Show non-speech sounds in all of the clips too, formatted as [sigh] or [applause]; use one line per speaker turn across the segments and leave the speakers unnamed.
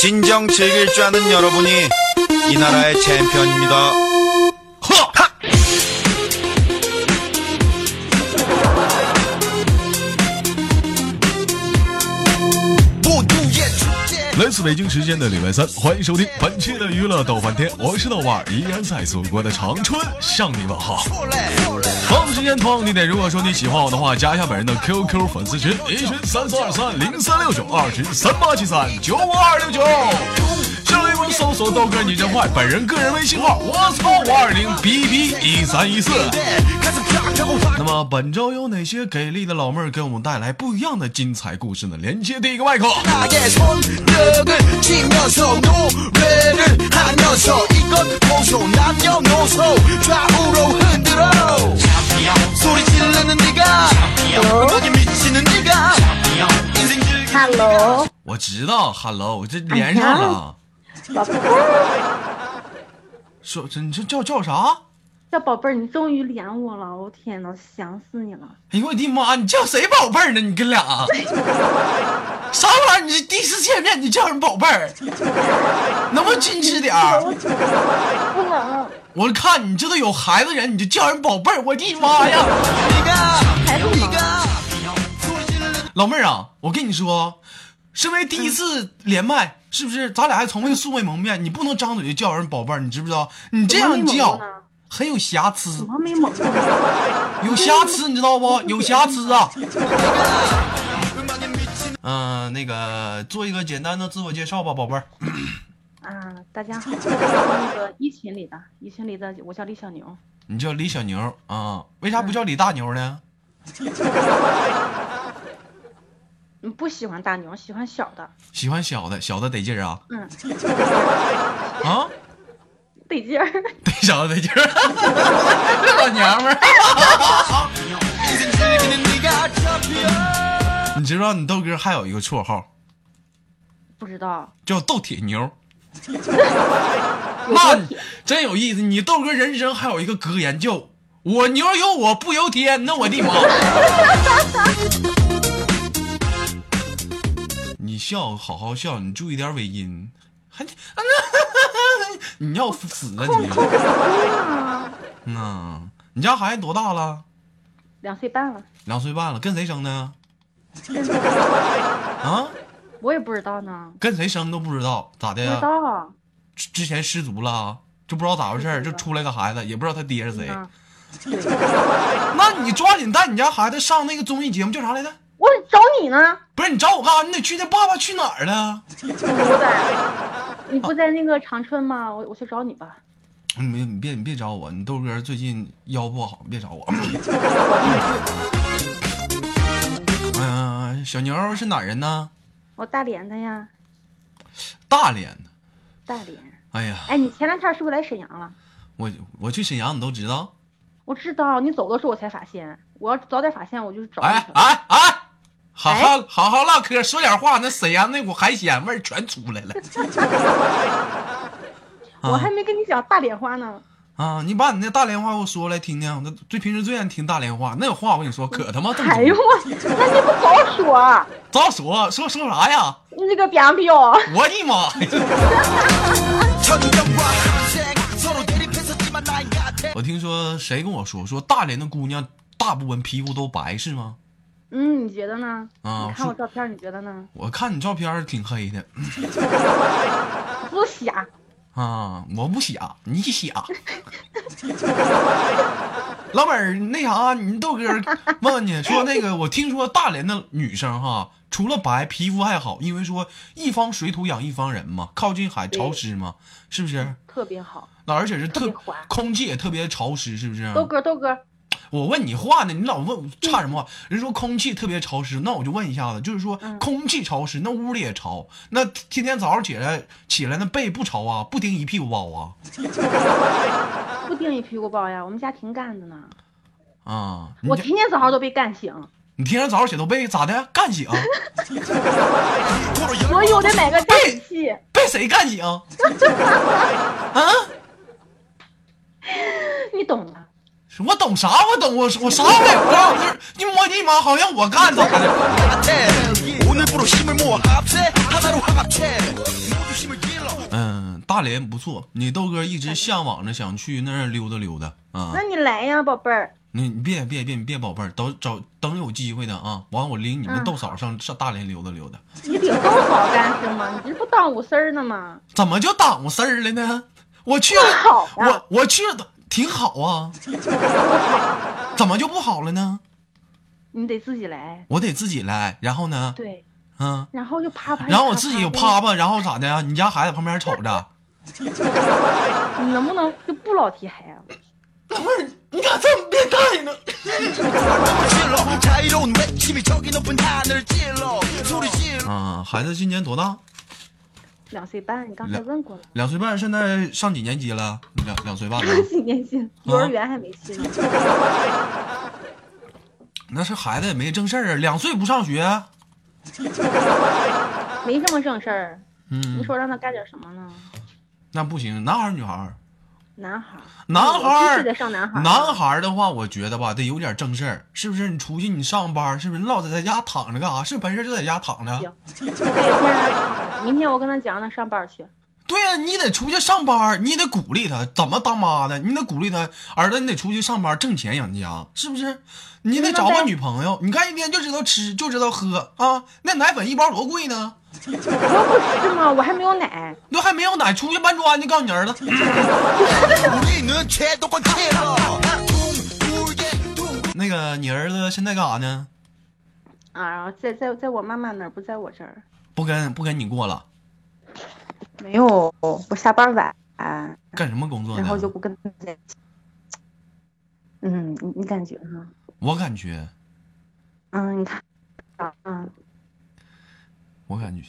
진정 즐길 줄 아는 여러분이 이 나라의 챔피언입니다. 허! 하! 모두의 축제.
来自北京时间的礼拜三，欢迎收听本期的娱乐逗翻天，我是豆瓣儿，依然在祖国的长春向你问好。同样时间，同样地点，如果说你喜欢我的话，加一下本人的 QQ 粉丝群，一群三四二三零三六九，二群三八七三九五二六九。新浪微博搜索豆哥你真坏，本人个人微信号我操五二零 bb 一三一四。那么本周有哪些给力的老妹儿给我们带来不一样的精彩故事呢？连接第一个麦克。
나의 손뼉을 치면서 노래를 하면서 이건 보소 남녀노소 좌우로 흔들어 소리 질르는 네가 어디 미치는 네가 인생 즐기
Hello，
我知道，Hello，我这
哎
连上
[laughs]
了。
宝贝儿，
说这你这叫叫啥？
小宝贝儿，你终于连我了，我天呐，想死你了！
哎呦我的妈！你叫谁宝贝儿呢？你跟
[laughs]
俩啥玩意儿？你这第一次见面你叫人宝贝儿，能不能矜持点儿？
[laughs] 不能，
我看你这都有孩子人，你就叫人宝贝儿，我的妈呀！
네가
잘못
네가
나와.
소리 질르는
老妹儿啊，我跟你说，身为第
嗯
一次连麦，是不是？咱俩还从未素未谋面，你不能张嘴就叫人宝贝儿，你知不知道？你这样
我没蒙
叫
呢
很有瑕疵
怎，么没蒙呢？
有瑕疵，你知道不？有瑕疵啊！
嗯
음악에 미치는
[laughs] 嗯、那个做一个简单的自我介绍吧，宝贝儿。
啊，大家好，我是那个一群里的，一群里的，我叫李小牛，
你叫李小牛啊、为啥不叫李大牛呢？
嗯，不喜欢大牛，喜欢小的，
喜欢小的，小的得劲儿啊
嗯，
[laughs] 啊，
得劲儿。 [laughs]
对小的得劲儿， [laughs] 这老娘们儿。
인생 즐기는 네가 챔피언
你知不知道你豆哥还有一个绰号
不知道，
叫豆铁
[laughs]
牛？
有
那
多
你
铁？
真有意思，你豆哥人生还有一个格言叫“我牛有我不由天”，那我的
[laughs]
妈！你笑，好好笑，你注意点尾音，还 [laughs] 你要死啊你！嗯呐，你家孩子多大了？
两岁半了，
两岁半了，跟谁生
[laughs]
的？啊，
我也不知道呢，
跟谁生都不知道，咋的
不知
呀？
道。啊
之之前失足了，啊就不知道咋回事儿，
失足
就
了
出来个孩子，也不知道他爹是谁。
嗯，
那你抓紧带你家孩子上那个综艺节目叫啥来着？
我找你呢，
不是你找我干啥？你得去那《爸爸去哪儿》了。
你不在那个长春吗？我我去找你吧。
你别你别你别找我，你豆哥最近腰不好，别找我。 [laughs] 嗯、小牛是哪儿人呢？
我大连的呀，
大连的。
大连。
哎呀，
哎，你前两天是不是来沈阳了？
我我去沈阳，你都知道。
我知道你走的时候我才发现，我要早点发现我就去找你
哎
去了。哎
哎哎，好好好好唠嗑，说点话，那沈阳那股海鲜味儿全出来了。
我还没跟你讲大连话呢，
啊，你把你那大连话给我说来听听，我那最平时最愿意听大连话，那有话我跟你说，可他妈正
哎呦
宗。
我，那你不早说，啊
早说说说啥呀？
你这个哦扁彪。
我的妈呀！ [laughs]
천정과 학생 서로 대립했었지만 난 같아
我听说谁跟我说说大连的姑娘大部分皮肤都白是吗？
嗯，你觉得呢？
啊
你看我
是
照片，你觉得呢？
我看你照片儿挺黑的
不瞎，
啊，我不瞎，你瞎。 [laughs] 老妹儿，那啥，你豆哥儿问问你说那个，我听说大连的女生哈，除了白皮肤还好，因为说一方水土养一方人嘛，靠近海潮湿嘛，是不是？
特别好。
那而且是特
特别滑
空气也特别潮湿，是不是？
豆哥，豆哥，
我问你话呢，你老问差什么话？人说空气特别潮湿，那我就问一下子，就是说
嗯
空气潮湿，那屋里也潮，那天天早上起来起来那被不潮啊，不叮一屁股包啊
不盯你屁股包呀，我们家挺干的呢。
啊！你
我
这
天天早上都被干醒，
你天天早上起来都被咋的干啊
[laughs]
醒？
所以我得买个干洗器。
被谁干醒？啊？
你懂的，
我懂啥？我懂我我啥也没有啊！我就是你摸你妈，好像我干咋的？
같아 오늘부로 힘을 모아 합세 하나로 합체 모두 힘을 길러
嗯，大连不错，你豆哥一直向往着想去那儿溜达溜达啊。
那你来呀，宝贝儿。
你你别别别你别宝贝儿，等找等有机会的啊，完我领你们
嗯
豆嫂上上大连溜达溜达。
你领豆嫂干什么？你这不耽误事儿呢吗？
怎么就耽误事儿了呢？我去
好
了，
啊
我我去了，挺好啊，怎么就不好了呢？
你得自己来。
我得自己来，然后呢，
对，哎
嗯，
然后就啪啪。
然后我自己又啪
啪
啪，然后咋的啊呀？你家孩子旁边瞅着，
啪。你能不能就不老提孩子？
等会儿你咋这么变态呢？
질러 자유로운 외침이 저기 높은 하늘을 찔러 소리 질러
啊，孩子今年多大？
两岁半，你刚才
两
问过了。
两岁半，现在上几年级了？两两岁半了。
几 [laughs] 年级？
啊
幼儿园还没去呢。
那是孩子也没正事儿啊，两岁不上学，啊
没什么正事儿。你
嗯，
说让他干点什么呢？
那不行。男孩儿女孩儿？
男孩儿，
男孩
哎我必
儿
须得上男孩儿。
男孩儿的话，我觉得吧，得有点正事儿，是不是？你出去你上班，是不是？你老在在家躺着干啥？是没事就在家躺着
行。孩，明天我跟他讲，让他上班去。 [laughs]
对呀、你得出去上班，你得鼓励他。怎么当妈的？你得鼓励他，儿子，你得出去上班挣钱养家，是不是？你得找个女朋友。你看一天就知道吃，就知道喝啊，那奶粉一包多贵呢？
我要不吃吗？我还没有奶。
都还没有奶，出去搬砖去，告诉你儿子。
우리는 최도권 찔러 둥 울게 둥
[laughs] 那个，你儿子现在干啥呢？
啊，然后在在在我妈妈那儿，不在我这儿。
不跟不跟你过了，
没有，我下班晚，
哦
然
干什么工作呢？
后就不跟他在一起。嗯，你你感觉呢？
我感觉，
嗯，你看，啊，嗯，
我感觉，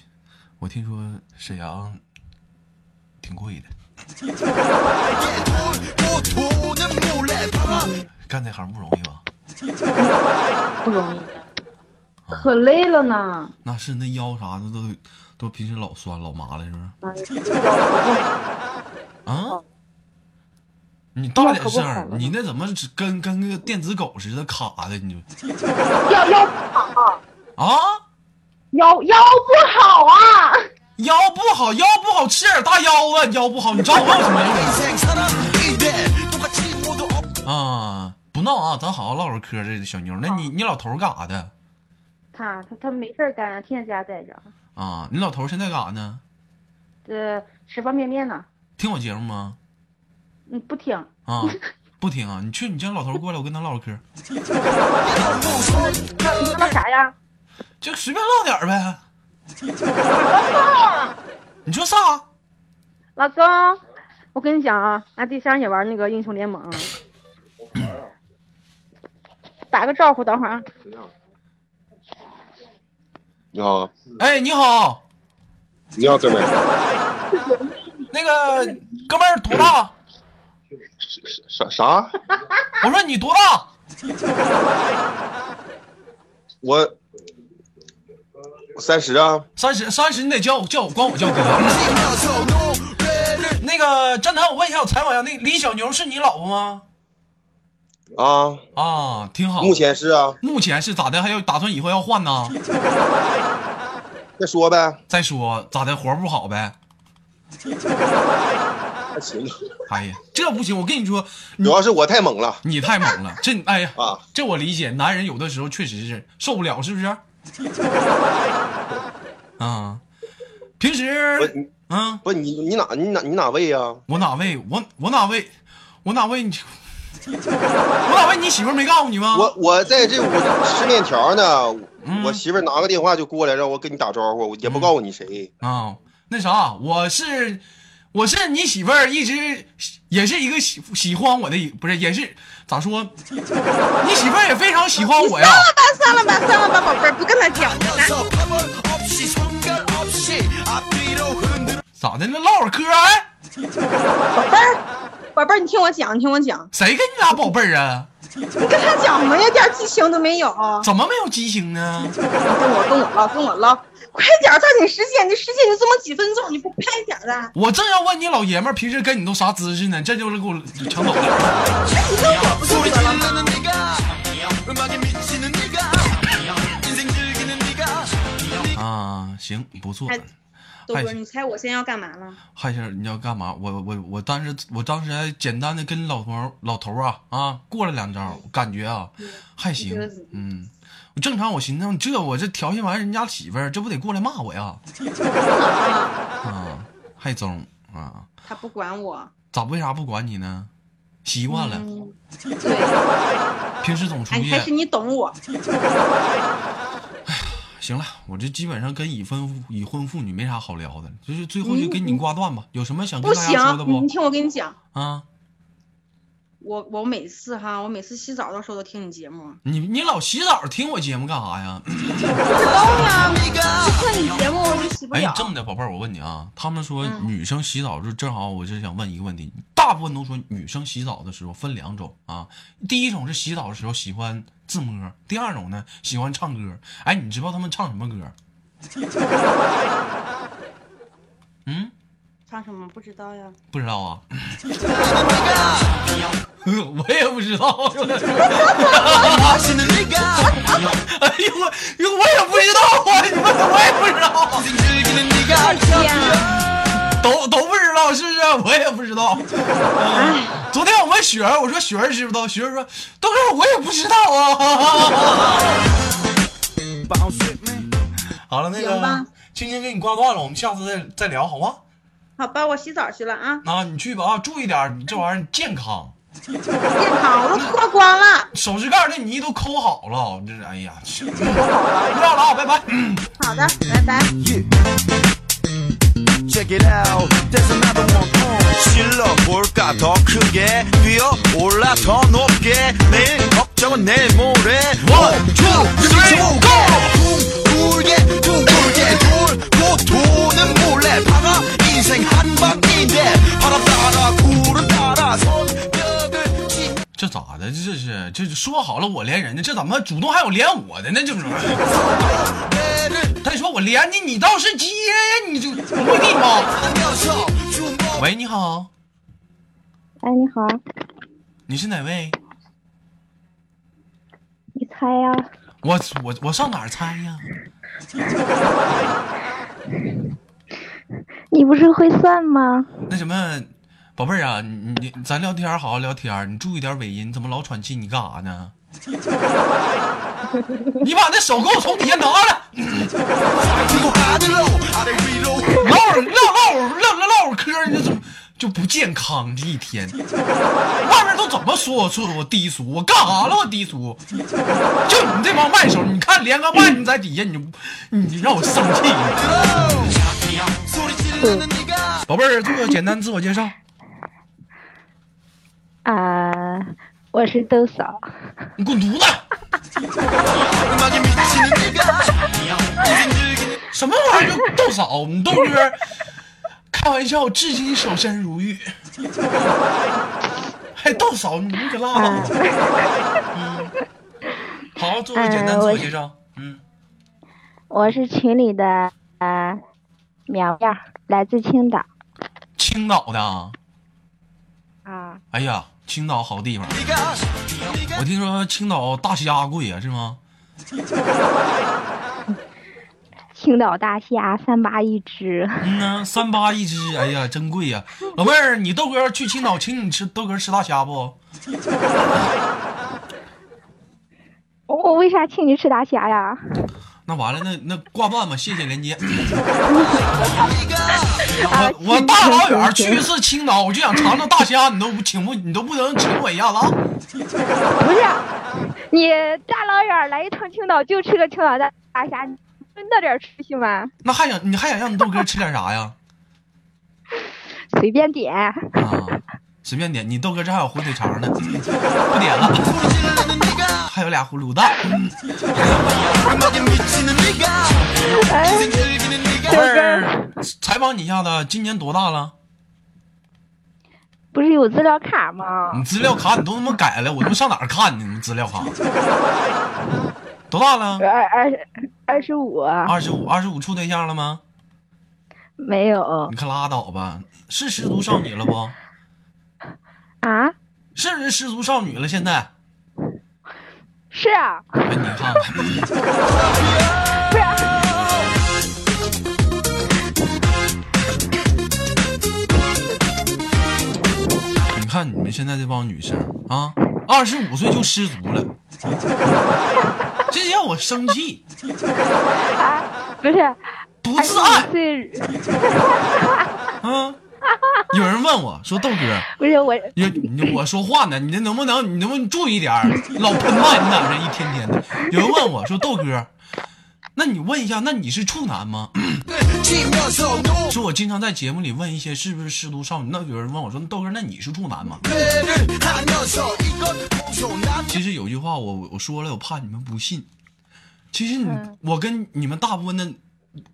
我听说沈阳挺贵的，
울게 돌고 도는 몰래 봐
干这行不容易吧？
不容易，可累了呢。
那是那腰啥的都都平时老酸老麻了，是不是？
啊， [laughs]
啊？你大点声
哦腰可不好
儿
了，
你那怎么只跟跟个电子狗似的卡的？你就
腰腰不好，
啊，
腰腰不好啊！
腰不好，腰不好，吃点大腰子，你腰不好，你找我有什么用？
인생 사람 이래 똑같이 모두 없
啊， [laughs] 不闹啊，咱好好唠会儿嗑。这小妞儿，那你你老头儿干啥的
他他他没事儿干，天天在家待着，
啊？你老头儿现在干啥呢？
这呃吃方便面呢。
听我节目吗？
嗯，不听，
啊，不听啊！你去你叫老头儿过来，我跟他唠会儿嗑，
무슨
你他妈啥呀？
就随便唠点儿呗。 [laughs] 你说啥？
老公，我跟你讲啊，俺对象也玩那个英雄联盟，打个招呼，等会儿啊。
你好，
哎，你好，
你好，哥们儿，
那个哥们儿多大？
啥啥？
我说你多大？
我三十啊，
三十，三十，你得叫我叫我管我叫哥。
[laughs]
지면서 노래를
那个站台，我问一下，我采访一下，那李小牛是你老婆吗？
啊，
啊，挺好。
目前是啊，
目前是咋的？还有打算以后要换呢？
再说呗，
再说咋的，活不好呗？
还行，
哎呀，这不行！我跟你说，
主要是我太猛了
你太猛了，这哎呀，
[laughs] 啊，
这我理解，男人有的时候确实是受不了，是不是？ [laughs] 啊，平
不
时
你
啊，
不你你哪你哪你哪位啊？
我哪位？我我哪位？我哪位？你我哪位？你媳妇儿没告诉你吗？
我我在这我吃面条呢，
嗯
我媳妇儿拿个电话就过来让我跟你打招呼，我也不告诉你谁，
啊，那啥，我是我是你媳妇儿，一直也是一个喜喜欢我的一，不是也是咋说？你媳妇儿也非常喜欢我呀。
算了吧，算了吧，宝贝儿，不跟他讲了。
다녀서 밥은 없이 손갈 없이 앞뒤로 흔들어
咋的？那唠会儿嗑儿哎，
宝贝儿，宝贝儿，你听我讲，你听我讲，
谁跟你俩宝贝儿啊？
你跟他讲什么呀？一点激情都没有。
啊
怎么没有激情呢？
跟我跟我唠，跟我唠，啊快点儿，抓紧时间，这时间就这么几分钟，你不快点儿啊的？
我正要问你老爷们儿平时跟你都啥姿势呢？这就是给我抢走了。
你问我不就得了吗？
질르는 네가 음악에 미치는 네가 인생 즐기는 네가
[laughs] 啊，行，不错。
哎豆
还
哥，你猜我现在要干嘛了？
还是你要干嘛？我我我当时我当时还简单的跟老头儿老头儿啊啊过了两招，感觉啊还行
嗯你觉得，
嗯。我正常，我寻思这我这调戏完人家媳妇儿，这不得过来骂
[laughs]
我呀？啊，还中啊？
他不管我。
咋为啥不管你呢？习惯了，
嗯，对，
平时总出
哎，还
夜
是。你懂我。
行了，我这基本上跟已婚已婚妇女没啥好聊的，就是最后就给你挂断吧。有什么想
嗯
跟
不
大
行
家说的，不
你？听我跟你讲，
啊，
我我每次哈，我每次洗澡的时候都听你节目。
你你老洗澡听我节目干啥呀？
不知道呀，就听你节目我就洗不
哎
了，。
这么的，宝贝儿，我问你啊，他们说
嗯
女生洗澡是正好，我就想问一个问题，大部分都说女生洗澡的时候分两种啊，第一种是洗澡的时候喜欢自摸，第二种呢喜欢唱歌。哎，你知道他们唱什么歌？嗯，
唱什么不知道呀？
不知道啊。 [laughs] 我也不知道。 [laughs]
마시는 네가
哎呦我，我也不知道啊！你们我也不知道。啊
인생 즐기는 네가
呀，
都都不知道是不是？我也不知道。
哎
嗯昨天我问雪儿，我说雪儿知不知道？雪儿说，豆哥我也不知道啊。好了，那
行
个
吧
今天给你挂断了，我们下次再再聊好吗？
好吧，我洗澡去了啊，
啊，你去吧啊，注意点儿，这玩意儿健康。
健康，我都脱光了。
手指盖儿那泥都抠好了，这是哎呀， [laughs] 是不要了啊，拜拜。嗯
好的，拜拜。
Yeah. Check it out. There's another one. on. 실러볼까 더 크게 뛰어 올라 더 높게 내일 걱정은 내일 모레. One, two, three, go. 울게 둥글게 돌고 도는 몰래 방아 인생 한 바퀴인데 바람 따라 구름 따라 손뼉을 치.
这咋的？这是这是说好了我连人呢，这怎么主动还有连我的呢？这不是？他说我连你，你倒是接呀，你就我的妈！
당겨서 주먹
喂，你好，
哎，你好，
你是哪位？
你猜呀、
我我我上哪儿猜呀？
你不是会算吗？
那什么，宝贝儿啊，你你咱聊天好好聊天，你注意点尾音，你怎么老喘气？你干啥呢？ [laughs] 你把那手给我从底下拿来，
들고 하늘로 아래 위로
唠会儿唠唠会儿唠唠唠会儿嗑，你这怎么就不健康？这一天，外面都怎么说我说我低俗？我干啥了？我低俗？就你这帮卖手，你看连个麦你在底下，你就你让我生气。
소리 지르는 네가
宝贝儿，做个简单自我介绍。
啊、我是豆嫂。
你滚犊子！
음악에 미치는 네가
什么玩意儿就豆嫂？你豆哥开玩笑，至今守身如玉。还豆嫂，你可拉倒吧。嗯，好，做个简单自我介绍。嗯，
我是群里的呃苗苗，来自青岛
青岛的啊，
啊。
哎呀，青岛好地方。
네가
我听说青岛大虾贵啊，是吗？
青岛大虾三八一只，
嗯呐，三八一只，哎呀，真贵呀、老妹儿，你豆哥去青岛请你吃豆哥吃大虾不？
我我为啥请你吃大虾呀？
那完了，那那挂断吧，谢谢连接。 [clears throat]
啊
我我大老远儿去一次青岛，我就想尝尝大虾，你都不请不你都不能请我一下子啊？
不是，你大老远来一趟青岛就吃个青岛大大虾，你分那点出息吗？
那还想你还想让你豆哥吃点啥呀？
随便点。
啊，随便点，你豆哥这还有火腿肠呢，不点了，
소리 지르는 네가
还有俩葫芦蛋。
음악에 미치는 네가
哎
인생 즐기는 네가
豆儿，采访你一下子，今年多大了？
不是有资料卡吗？
你资料卡你都他妈改了，我他妈上哪儿看呢？你们资料卡多大了？
二二二十五
二十五，二十五处对象了吗？
没有
你可拉倒吧，是失足少女了不？
啊？
是人失足少女了，现在。
是啊，
[laughs] 哎，你看看，
不是
你看你们现在这帮女生啊，二十五岁就失足了， [laughs] 这让我生气，
不 [laughs] 是，
不
二十
自爱
五岁
啊！有人问我说：“豆哥，
不是我，
你你我说话呢，你能不能你能不能注意点儿？老喷麦，你咋这一天天的？有人问我说豆哥，那你问一下，那你是处男吗？说我经常在节目里问一些是不是失足少女。那有人问我说豆哥，那你是处男吗？其实有句话我我说了，我怕你们不信。其实你、我跟你们大部分的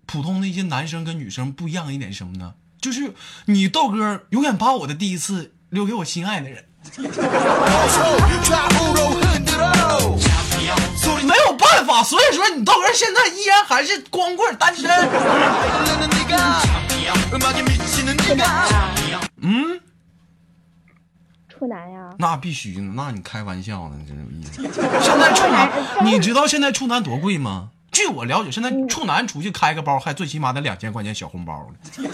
普通的一些男生跟女生不一样一点是什么呢？就是你豆哥永远把我的第一次留给我心爱的人，没有办法，所以说你豆哥现在依然还是光棍单身。嗯，
处男呀，
那必须的，那你开玩笑呢，这有意思。现在处男，你知道现在处男多贵吗？据我了解，现在处男出去开个包，还最起码得两千块钱小红包呢。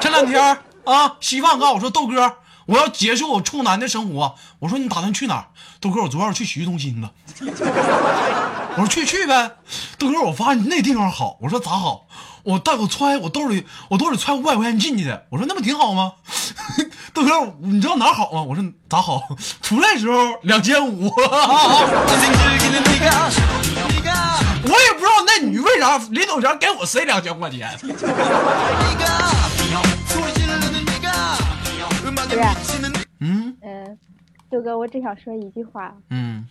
前两天儿啊，稀饭告诉我说豆哥，我要结束我处男的生活。我说你打算去哪儿？豆哥，我昨晚去洗浴中心了。我说去去呗。豆哥，我发现那地方好。我说咋好？我带我揣我兜里，我兜里揣五百块钱进去的。我说那不挺好吗？ [laughs] 豆哥，你知道哪儿好吗？我说咋好？出来的时候两千五， [laughs] 我也不知道那女为啥临走前给我塞两千块钱。嗯
嗯，九哥，我只想说一句话，
嗯，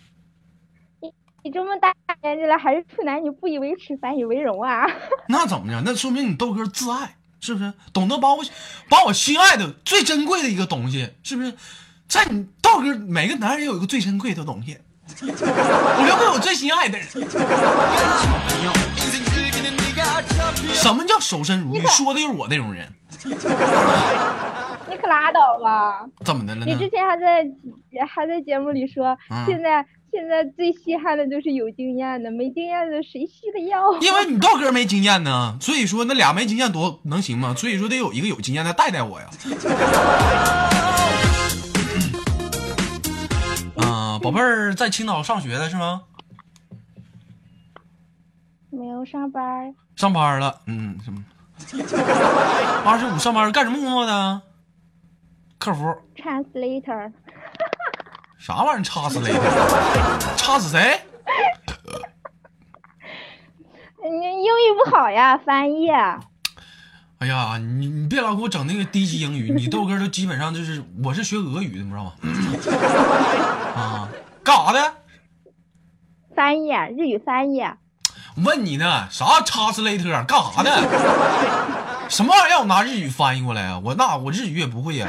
你这么大年纪了还是处男，你不以为耻反以为荣啊？ [laughs]
那怎么样？那说明你豆哥自爱，是不是？懂得把我把我心爱的最珍贵的一个东西，是不是？在你豆哥，每个男人有一个最珍贵的东西，我留给我最心爱的人。什么叫守身如玉？说的就是我这种人。
你可拉倒吧！
怎么的了
你之
呢？
前还在还在节目里说，
嗯
现在现在最稀罕的就是有经验的，没经验的谁稀得要？ [laughs]
因为你豆哥没经验呢，所以说那俩没经验多能行吗？所以说得有一个有经验的带带我呀。啊、宝贝儿在青岛上学的是吗？
没有上班儿，
上班了，嗯，什么？二十五上班干什么工作的？客服，
translator
啥玩意儿？插死雷的？插死谁？
嗯你英语不好呀，翻译。啊
哎呀，你你别老给我整那个低级英语，你豆哥都基本上就是我是学俄语的，你知道吗？啊，干啥的？
翻译啊日语翻译，
问你呢，啥叉斯雷特干啥的？什么玩意儿让我拿日语翻译过来啊？我那我日语也不会呀、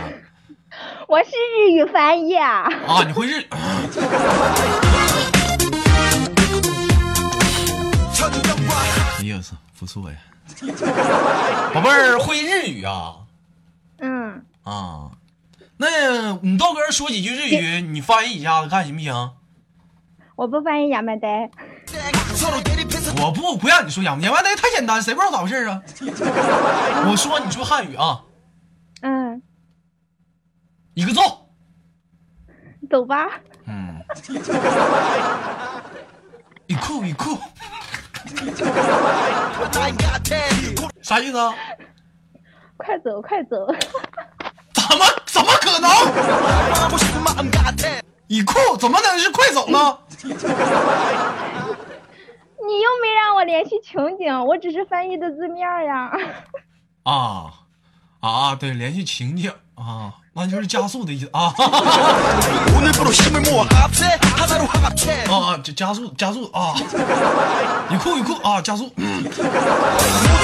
我是日语翻译啊！
啊。你会日？哎呀，操，不错呀，宝贝儿会日语啊
嗯，
啊。那你豆哥说几句日语，你翻译一下子看行不行？
我不翻译亚麻呆，
我不不让你说洋不洋，那太简单，谁不知道咋回事儿啊？我说你说汉语啊，
嗯，
一个字。
走吧，
嗯，一酷一酷，啥意思啊？
快走快走， [laughs]
怎么怎么可能？一酷怎么能是快走呢？
你又没让我联系情景，我只是翻译的字面儿呀。 [laughs]
啊啊，对，联系情景啊，那就是加速的意思啊 [laughs] 啊，这加速加速啊你酷你酷啊，加速！
모두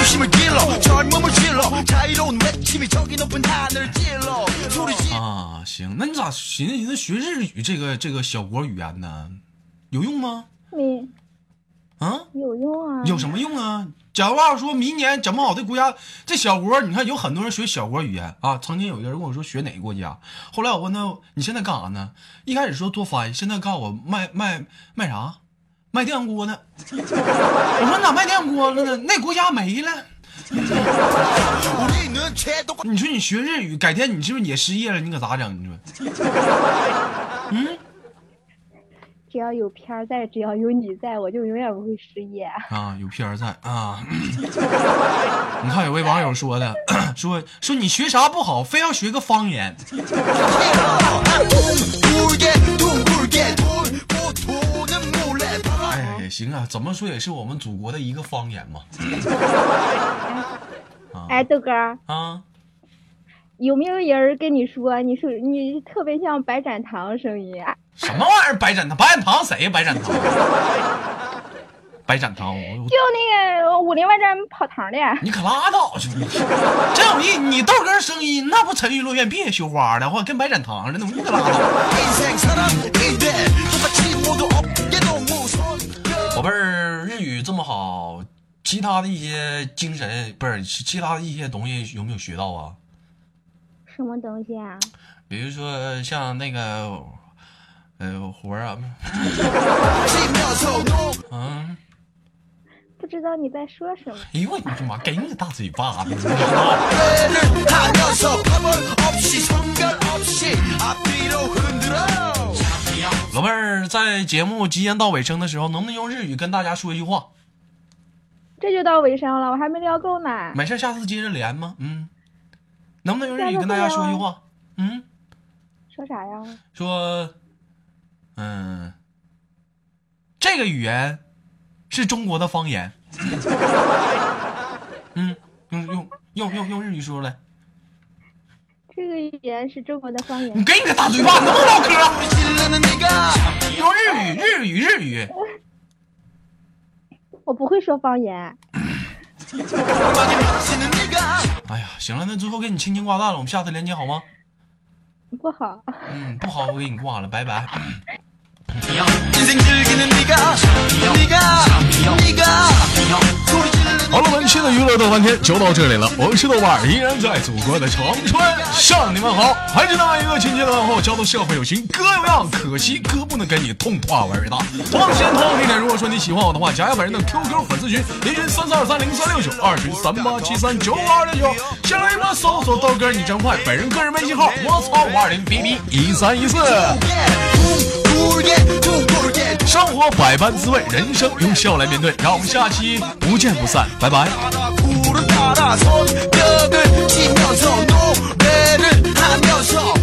힘을 길러 젊음을 실러 자유로운 외침이 저기 높은 하늘을 찔러 소리 지
啊，行，那你咋寻思寻思学日语这个这个小国语言呢？有用吗？
没
啊，
有用啊，
有什么用啊？假如要说明年整不好这国家这小国，你看有很多人学小国语言啊。曾经有一个人跟我说学哪个国家，后来我问他你现在干啥呢？一开始说做翻译，现在告诉我卖卖卖啥？卖电锅呢？我说你咋卖电锅了呢？那国家没了。
우리는 최고가
你说你学日语，改天你是不是也失业了？你可咋整？你说，嗯
只要有片儿在，只要有你在，我就永远不会失业。
啊，有片儿在啊。你看有位网友说了，说说你学啥不好，非要学个方言。
둥글게 둥글게 돌고 도는 몰래 바람
哎，行啊，怎么说也是我们祖国的一个方言嘛。啊
哎，豆哥儿，
啊，
有没有人跟你说，你说你特别像白展堂声音啊？
什么玩意儿白展堂？白展堂谁呀？白展堂？白展堂，我我
就那个《武林外传》跑堂的，
[laughs] 你可拉倒去！你真有意，你豆哥声音那不沉鱼落雁、闭月羞花的话，跟白展堂似的，你可拉倒。
인생 사람인데 똑같이 모두 없게 너무 선별
宝贝儿，日语这么好，其他的一些精神不是其其他的一些东西有没有学到啊？
什么东西啊？
比如说像那个，呃，活儿啊，
지면서 노
嗯。
不知道你在说什么。
哎呦我的妈！给你个大嘴巴啊子！你知
회
道
를 하면서 밥을 없이 성별 없이 앞뒤로 흔들어
[laughs] 老妹儿在节目即将到尾声的时候，能不能用日语跟大家说一句话？
这就到尾声了，我还没聊够呢。
没事儿，下次接着连吗？嗯，能不能用日语跟大家说一句话？嗯，
说啥呀？
说，嗯，这个语言是中国的方言。嗯，用用用用用日语说出来。
这个语言是中国的方
你
言。
给你个大嘴巴，能不能唠嗑啊？
질르는 네가
用日语，日语，日语。
我不会说方言。
음악에 미치는 네가
哎呀，行了，那最后给你轻轻挂断了，我们下次连接好吗？
不好，
嗯，不好，我给你挂了，拜拜。
인생 즐기는 네가 네가 네가 소리 지르는
好了，本期的娱乐逗翻天就到这里了。我是豆瓣儿，依然在祖国的长春向你们好，还是那么一个亲切的问候，叫做社会有型哥有样。可惜哥不能跟你痛快玩儿的。同样时间同样地点，如果说你喜欢我的话，加一下本人的 QQ 粉丝群，一群三三二三零三六九，二群三八七三九五二六九，新浪微博搜索豆哥你真坏，本人个人微信号我操五二零 B B 一三一四。
게 둥글게 둥글게
生活百般滋味，人生用笑来面对。让我们下期不见不散，拜拜。
따라 구름 따라 손뼉을 치면서 노래를 하면서